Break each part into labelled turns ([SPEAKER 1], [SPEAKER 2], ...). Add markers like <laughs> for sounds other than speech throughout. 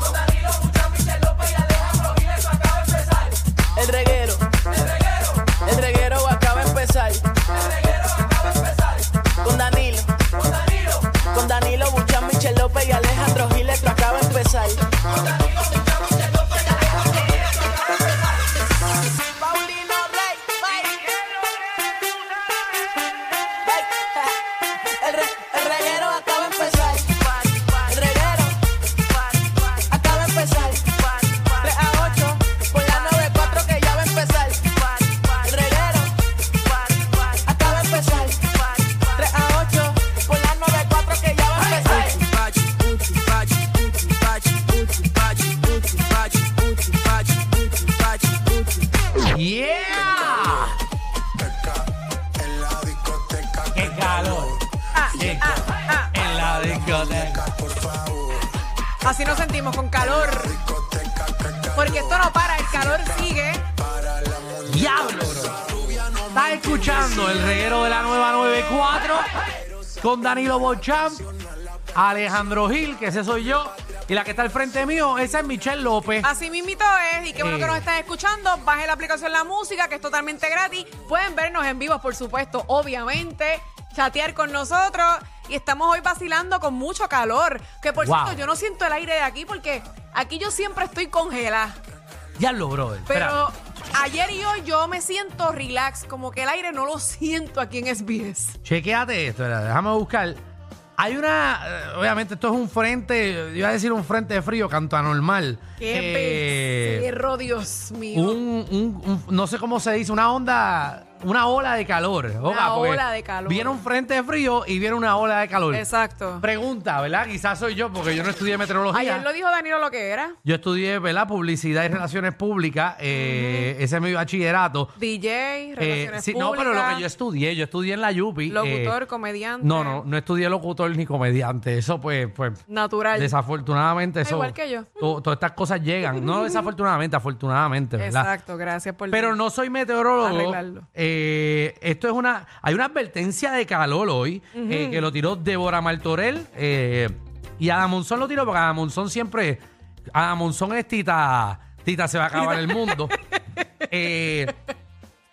[SPEAKER 1] Con Danilo Buchan, Michel López y Alejandro Gil, esto acaba de empezar. El reguero. El reguero. El reguero acaba de empezar. El reguero acaba de empezar. Con Danilo. Con Danilo. Con Danilo Buchan, Michel López y Alejandro Gil, esto acaba de empezar. Paulino Rey, El, re- el reguero acaba de empezar. El reguero acaba de empezar. 3 a 8 por la 94 que ya va a empezar. El reguero acaba de empezar. 3 a 8 por la 94 que ya va a empezar.
[SPEAKER 2] ¡Yeah!
[SPEAKER 3] En la discoteca,
[SPEAKER 2] ¡Qué calor!
[SPEAKER 4] Ah,
[SPEAKER 2] ¡Qué calor! En la discoteca.
[SPEAKER 3] por favor.
[SPEAKER 4] Así nos sentimos con calor,
[SPEAKER 3] Discoteca, que ca-
[SPEAKER 4] porque esto no para, el calor sigue.
[SPEAKER 2] ¡Diablo, bro! Estás escuchando el reguero de la nueva 94 con Danilo Bochamp, Alejandro Gil, que ese soy yo, y la que está al frente mío, esa es Michelle López.
[SPEAKER 4] Así mismito es, y qué bueno
[SPEAKER 2] Eh.
[SPEAKER 4] que nos están escuchando. Baje la aplicación La Música, que es totalmente gratis. Pueden vernos en vivo, por supuesto, obviamente, chatear con nosotros. Y estamos hoy vacilando con mucho calor. Que por
[SPEAKER 2] Wow.
[SPEAKER 4] cierto, yo no siento el aire de aquí porque aquí yo siempre estoy congelada.
[SPEAKER 2] ¡Diablo, bro!
[SPEAKER 4] Pero ayer y hoy yo me siento relax, como que el aire no lo siento aquí en SBS.
[SPEAKER 2] Chequéate esto, espera, déjame buscar. Hay una, eh, obviamente esto es un frente, iba a decir un frente frío, canto anormal.
[SPEAKER 4] Qué
[SPEAKER 2] Eh,
[SPEAKER 4] becerro, Dios mío.
[SPEAKER 2] un, un- un- no sé cómo se dice, una onda, una ola de calor. Oga, porque
[SPEAKER 4] ola de calor.
[SPEAKER 2] Viene un frente de frío y viene una ola de calor.
[SPEAKER 4] Exacto.
[SPEAKER 2] Pregunta, ¿verdad? Quizás soy yo, porque yo no estudié meteorología.
[SPEAKER 4] Ayer lo dijo Danilo lo que era.
[SPEAKER 2] Yo estudié, ¿verdad? Publicidad y relaciones públicas. eh, Ese es mi bachillerato.
[SPEAKER 4] DJ,
[SPEAKER 2] Eh,
[SPEAKER 4] relaciones
[SPEAKER 2] sí, no,
[SPEAKER 4] públicas,
[SPEAKER 2] pero lo que yo estudié, yo estudié en la Yupi. eh,
[SPEAKER 4] locutor, comediante.
[SPEAKER 2] no, no, no estudié locutor ni comediante. Eso, pues, pues
[SPEAKER 4] Natural.
[SPEAKER 2] desafortunadamente eso.
[SPEAKER 4] igual que yo.
[SPEAKER 2] to- todas estas cosas llegan.
[SPEAKER 4] <laughs>
[SPEAKER 2] No desafortunadamente, afortunadamente, ¿verdad?
[SPEAKER 4] Exacto, gracias por
[SPEAKER 2] Pero no soy meteorólogo.
[SPEAKER 4] Arreglarlo.
[SPEAKER 2] Eh, esto es una. Hay una advertencia de calor hoy eh, que lo tiró Débora Martorell. eh, y Adam Monzón lo tiró porque Adam Monzón siempre. Adam Monzón es Tita. Tita se va a acabar el mundo.
[SPEAKER 4] <laughs>
[SPEAKER 2] Eh,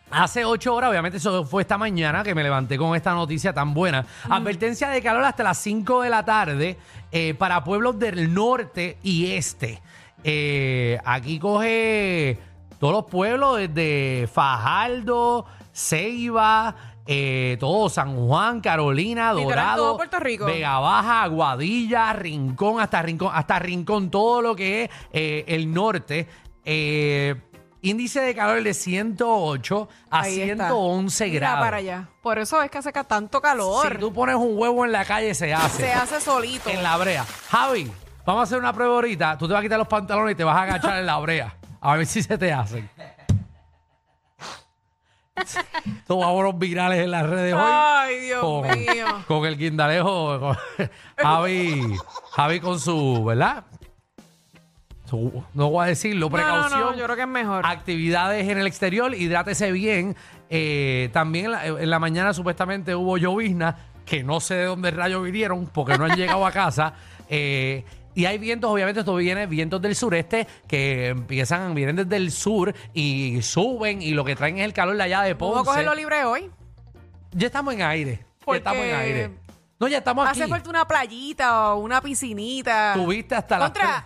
[SPEAKER 2] Hace ocho horas, obviamente eso fue esta mañana que me levanté con esta noticia tan buena.
[SPEAKER 4] Mm.
[SPEAKER 2] Advertencia de calor hasta las 5 de la tarde eh, para pueblos del norte y este. Eh, aquí coge todos los pueblos desde Fajardo, Ceiba, eh, todo San Juan, Carolina,
[SPEAKER 4] Literal,
[SPEAKER 2] Dorado,
[SPEAKER 4] todo Puerto Rico.
[SPEAKER 2] Vega Baja, Aguadilla, Rincón, hasta Rincón, hasta Rincón, todo lo que es eh, el norte. Eh, índice de calor de 108 a
[SPEAKER 4] Ahí está.
[SPEAKER 2] 111
[SPEAKER 4] Mira
[SPEAKER 2] grados.
[SPEAKER 4] para allá. Por eso es que hace ca- tanto calor.
[SPEAKER 2] Si tú pones un huevo en la calle, se hace.
[SPEAKER 4] Se hace solito.
[SPEAKER 2] En la brea. Javi, vamos a hacer una prueba ahorita. Tú te vas a quitar los pantalones y te vas a agachar en la brea. A ver si se te
[SPEAKER 4] <laughs>
[SPEAKER 2] hacen. Estos vámonos virales en las redes hoy.
[SPEAKER 4] Ay, Dios
[SPEAKER 2] con, <laughs>
[SPEAKER 4] mío.
[SPEAKER 2] con el guindalejo, con <laughs> Javi, Javi con su, ¿verdad? Su- no voy a decirlo,
[SPEAKER 4] No, no,
[SPEAKER 2] precaución.
[SPEAKER 4] no, yo creo que es mejor.
[SPEAKER 2] Actividades en el exterior, hidrátese bien. Eh, también en la, en la mañana supuestamente hubo lloviznas que no sé de dónde rayos vinieron porque no han llegado a casa. <laughs> Eh, y hay vientos, obviamente esto viene, vientos del sureste que empiezan, vienen desde el sur y suben y lo que traen es el calor de allá de
[SPEAKER 4] ¿Cómo
[SPEAKER 2] Ponce.
[SPEAKER 4] cogerlo libre hoy?
[SPEAKER 2] Ya estamos en aire. que estamos en aire. No, ya estamos aquí.
[SPEAKER 4] Hace falta una playita o una piscinita.
[SPEAKER 2] Tuviste hasta las
[SPEAKER 4] Contra,
[SPEAKER 2] tres-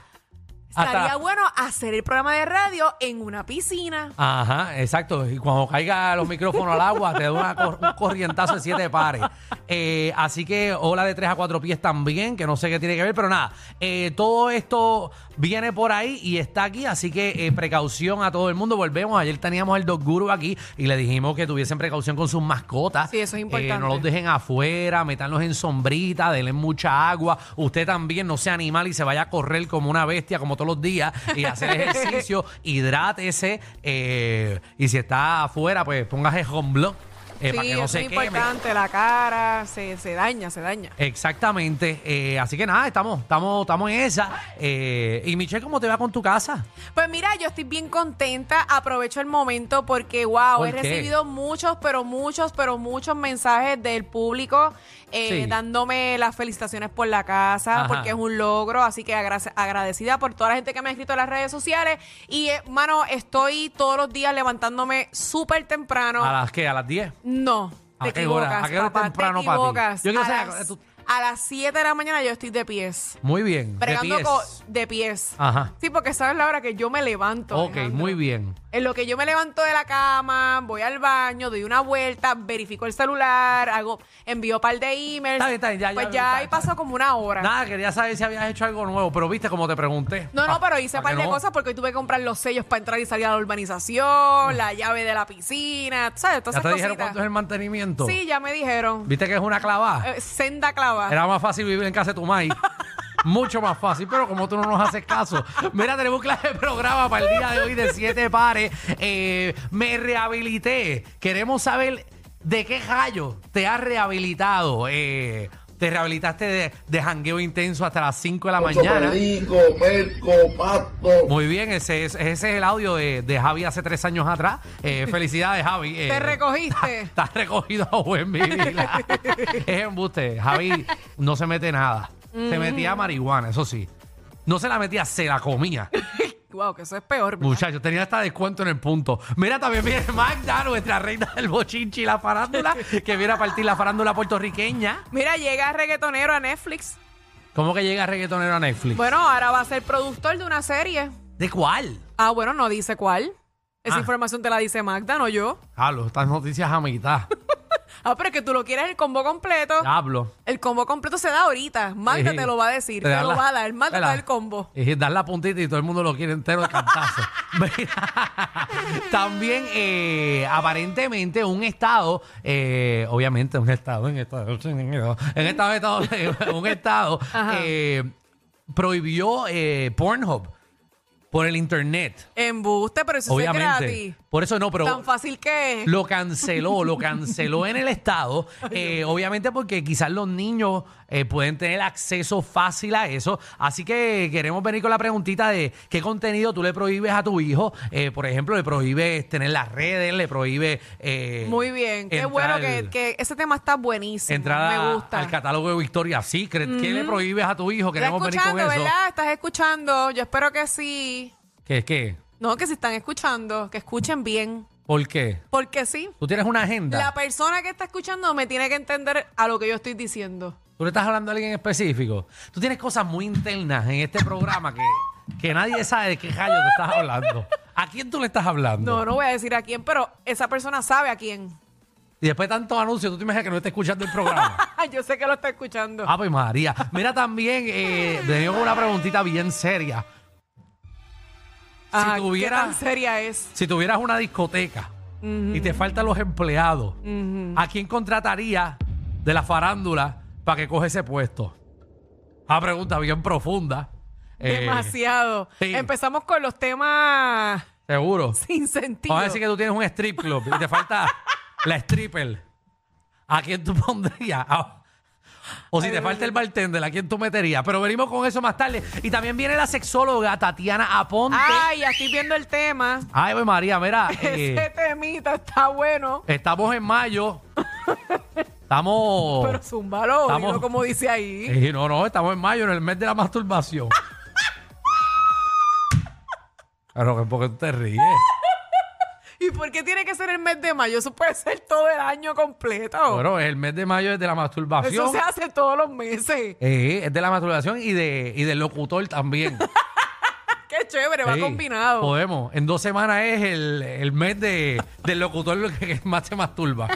[SPEAKER 2] hasta
[SPEAKER 4] estaría
[SPEAKER 2] la-
[SPEAKER 4] bueno hacer el programa de radio en una piscina.
[SPEAKER 2] Ajá, exacto. Y cuando caiga los micrófonos al agua, te da una cor- un corrientazo de siete pares. Eh, así que ola de tres a cuatro pies también, que no sé qué tiene que ver, pero nada. eh, todo esto viene por ahí y está aquí, así que eh, precaución a todo el mundo. Volvemos. Ayer teníamos el Dog Guru aquí y le dijimos que tuviesen precaución con sus mascotas.
[SPEAKER 4] Sí, eso es
[SPEAKER 2] Eh,
[SPEAKER 4] importante.
[SPEAKER 2] no los dejen afuera, metanlos en sombrita, denle mucha agua. Usted también no sea animal y se vaya a correr como una bestia, como todos los días, y hacer
[SPEAKER 4] <laughs>
[SPEAKER 2] ejercicio, hidrátese. eh, y si está afuera, pues póngase home block eh,
[SPEAKER 4] sí,
[SPEAKER 2] para que
[SPEAKER 4] eso
[SPEAKER 2] no
[SPEAKER 4] es
[SPEAKER 2] se queme.
[SPEAKER 4] importante, la cara se, se daña, se daña.
[SPEAKER 2] Exactamente. eh, así que nada, estamos, estamos, estamos en esa. Eh, y Michelle, ¿cómo te va con tu casa?
[SPEAKER 4] Pues mira, yo estoy bien contenta, aprovecho el momento porque, wow,
[SPEAKER 2] ¿Por
[SPEAKER 4] he
[SPEAKER 2] qué?
[SPEAKER 4] recibido muchos, pero muchos, pero muchos mensajes del público eh,
[SPEAKER 2] Sí.
[SPEAKER 4] dándome las felicitaciones por la casa,
[SPEAKER 2] Ajá.
[SPEAKER 4] porque es un logro, así que agra- agradecida por toda la gente que me ha escrito en las redes sociales. Y, eh, mano, estoy todos los días levantándome súper temprano.
[SPEAKER 2] ¿A las qué? ¿A las 10?
[SPEAKER 4] No,
[SPEAKER 2] ¿A
[SPEAKER 4] te
[SPEAKER 2] qué hora?
[SPEAKER 4] equivocas,
[SPEAKER 2] ¿A qué hora es
[SPEAKER 4] papá,
[SPEAKER 2] temprano
[SPEAKER 4] te
[SPEAKER 2] para ti?
[SPEAKER 4] equivocas.
[SPEAKER 2] Yo quiero
[SPEAKER 4] a,
[SPEAKER 2] saber, eh,
[SPEAKER 4] las,
[SPEAKER 2] tú-
[SPEAKER 4] a las 7 de la mañana yo estoy de pies.
[SPEAKER 2] Muy bien. de
[SPEAKER 4] Bregando
[SPEAKER 2] pies.
[SPEAKER 4] co- de pies.
[SPEAKER 2] Ajá.
[SPEAKER 4] Sí, porque sabes la hora que yo me levanto.
[SPEAKER 2] Ok,
[SPEAKER 4] Alejandro.
[SPEAKER 2] muy bien.
[SPEAKER 4] En lo que yo me levanto de la cama, voy al baño, doy una vuelta, verifico el celular, hago, envío un par de emails.
[SPEAKER 2] Está bien, está bien, ya, ya,
[SPEAKER 4] pues ya,
[SPEAKER 2] está
[SPEAKER 4] ahí
[SPEAKER 2] bien, está
[SPEAKER 4] pasó
[SPEAKER 2] bien.
[SPEAKER 4] como una hora.
[SPEAKER 2] Nada, quería saber si habías hecho algo nuevo, pero viste como te pregunté.
[SPEAKER 4] No,
[SPEAKER 2] Pa-
[SPEAKER 4] no, pero hice un
[SPEAKER 2] pa
[SPEAKER 4] par
[SPEAKER 2] que
[SPEAKER 4] de
[SPEAKER 2] no-
[SPEAKER 4] cosas porque hoy tuve que comprar los sellos para entrar y salir a la urbanización, la llave de la piscina, ¿sabes?
[SPEAKER 2] Mm. ¿Ya
[SPEAKER 4] Todas
[SPEAKER 2] te
[SPEAKER 4] esas
[SPEAKER 2] dijeron
[SPEAKER 4] cositas.
[SPEAKER 2] cuánto es el mantenimiento?
[SPEAKER 4] Sí, ya me dijeron.
[SPEAKER 2] ¿Viste que es una clavada?
[SPEAKER 4] Eh, senda clava.
[SPEAKER 2] Era más fácil vivir en casa de tu
[SPEAKER 4] <laughs>
[SPEAKER 2] mai. Mucho más fácil, pero como tú no nos haces caso. Mira, tenemos un clase de programa para el día de hoy de siete pares. Eh, me rehabilité. Queremos saber de qué rayo te has rehabilitado. Eh, te rehabilitaste de, de jangueo intenso hasta las 5 de la mañana.
[SPEAKER 5] Perico, perco, pasto.
[SPEAKER 2] Muy bien, ese es, ese es el audio de, de Javi hace tres años atrás.
[SPEAKER 4] <laughs>
[SPEAKER 2] Eh, felicidades, Javi. Eh, <laughs>
[SPEAKER 4] Te recogiste.
[SPEAKER 2] Estás recogido a buen
[SPEAKER 4] <laughs>
[SPEAKER 2] vivir. es embuste. Javi no se mete nada. Se
[SPEAKER 4] Mm.
[SPEAKER 2] metía marihuana, eso sí. No se la metía, se la comía.
[SPEAKER 4] Wow, que eso es peor. ¿verdad?
[SPEAKER 2] Muchachos, tenía hasta descuento en el punto. Mira, también viene Magda, nuestra reina del bochinchi y la farándula, que viene a partir la farándula puertorriqueña.
[SPEAKER 4] Mira, llega reggaetonero a Netflix.
[SPEAKER 2] ¿Cómo que llega reggaetonero a Netflix?
[SPEAKER 4] Bueno, ahora va a ser productor de una serie.
[SPEAKER 2] ¿De cuál?
[SPEAKER 4] Ah, bueno, no dice cuál. Esa
[SPEAKER 2] Ah.
[SPEAKER 4] información te la dice Magda, no yo.
[SPEAKER 2] Hablo, Ah, estas noticias a
[SPEAKER 4] <laughs>
[SPEAKER 2] mitad.
[SPEAKER 4] Ah, pero es que tú lo quieres el combo completo.
[SPEAKER 2] Hablo.
[SPEAKER 4] El combo completo se da ahorita. Magda
[SPEAKER 2] Sí.
[SPEAKER 4] te lo va a decir. Te,
[SPEAKER 2] dan
[SPEAKER 4] lo
[SPEAKER 2] la-
[SPEAKER 4] va a dar. Magda
[SPEAKER 2] te
[SPEAKER 4] te
[SPEAKER 2] la-
[SPEAKER 4] da el combo.
[SPEAKER 2] Y dar la puntita y todo el mundo lo quiere entero de cantazo. <laughs> Mira, También, eh, aparentemente, un estado, eh, obviamente, un estado, en estado, en estado, estado un estado,
[SPEAKER 4] Ajá.
[SPEAKER 2] eh, prohibió eh, Pornhub por el internet.
[SPEAKER 4] Embuste, pero eso es
[SPEAKER 2] obviamente.
[SPEAKER 4] gratis.
[SPEAKER 2] Por eso no, pero
[SPEAKER 4] Tan fácil que es.
[SPEAKER 2] lo canceló, lo canceló en el
[SPEAKER 4] <laughs>
[SPEAKER 2] estado, eh, obviamente porque quizás los niños eh, pueden tener acceso fácil a eso. Así que queremos venir con la preguntita de qué contenido tú le prohíbes a tu hijo. Eh, por ejemplo, le prohíbes tener las redes, le prohíbes... eh,
[SPEAKER 4] Muy bien. Qué
[SPEAKER 2] entrar
[SPEAKER 4] bueno
[SPEAKER 2] al-
[SPEAKER 4] que, que ese tema está buenísimo.
[SPEAKER 2] Entrar a-
[SPEAKER 4] Me gusta.
[SPEAKER 2] al catálogo de Victoria Secret. ¿Qué le prohíbes a tu hijo?
[SPEAKER 4] Estás
[SPEAKER 2] Queremos venir con
[SPEAKER 4] escuchando,
[SPEAKER 2] eso.
[SPEAKER 4] ¿verdad? Estás escuchando. Yo espero que sí.
[SPEAKER 2] ¿Qué es qué?
[SPEAKER 4] No, que si están escuchando, que escuchen bien.
[SPEAKER 2] ¿Por qué?
[SPEAKER 4] Porque sí,
[SPEAKER 2] ¿Tú tienes una agenda?
[SPEAKER 4] la persona que está escuchando me tiene que entender a lo que yo estoy diciendo.
[SPEAKER 2] ¿Tú le estás hablando a alguien en específico? Tú tienes cosas muy internas en este programa que, que nadie sabe de qué rayo te estás hablando. ¿A quién tú le estás hablando?
[SPEAKER 4] No, no voy a decir a quién, pero esa persona sabe a quién. <laughs>
[SPEAKER 2] Y después de tantos anuncios, tú te imaginas que no estás escuchando el
[SPEAKER 4] <laughs>
[SPEAKER 2] programa.
[SPEAKER 4] yo sé que lo está escuchando.
[SPEAKER 2] Ave María. Mira también, eh, venimos con una preguntita bien seria.
[SPEAKER 4] Ah,
[SPEAKER 2] si tuviera-
[SPEAKER 4] ¿Qué tan seria es?
[SPEAKER 2] Si tuvieras una discoteca y te faltan los empleados, ¿a quién contrataría de la farándula para que coge ese puesto? Una pregunta bien profunda. Eh,
[SPEAKER 4] Demasiado.
[SPEAKER 2] sí.
[SPEAKER 4] Empezamos con los temas <laughs>
[SPEAKER 2] Seguro.
[SPEAKER 4] sin sentido.
[SPEAKER 2] Vamos a decir que tú tienes un strip club y te falta la stripper. ¿A quién tú pondrías? Ah, O si te falta el bartender, ¿a quién tú meterías? Pero venimos con eso más tarde. Y también viene la sexóloga Tatiana Aponte. Ay,
[SPEAKER 4] Ay, ya estoy viendo el tema.
[SPEAKER 2] Ave María, mira. eh,
[SPEAKER 4] Ah. <laughs> Ese temita está bueno,
[SPEAKER 2] estamos en mayo. Estamos.
[SPEAKER 4] pero zúmbalo,
[SPEAKER 2] Oh. Estamos-
[SPEAKER 4] dilo como dice ahí.
[SPEAKER 2] Eh, no, no, estamos en mayo, en el mes de la
[SPEAKER 4] <laughs>
[SPEAKER 2] masturbación. Pero que porque tú te ríes.
[SPEAKER 4] ¿Y ¿por qué tiene que ser el mes de mayo? Eso puede ser todo el año completo.
[SPEAKER 2] Bueno, el mes de mayo es de la masturbación.
[SPEAKER 4] Eso se hace todos los meses.
[SPEAKER 2] Eh, es de la masturbación y, de, y del locutor también.
[SPEAKER 4] Qué chévere, <laughs> va
[SPEAKER 2] Sí,
[SPEAKER 4] combinado.
[SPEAKER 2] Podemos. En dos semanas es el, el mes de, del locutor que que más se masturba.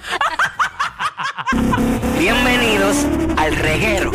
[SPEAKER 6] Bienvenidos al reguero.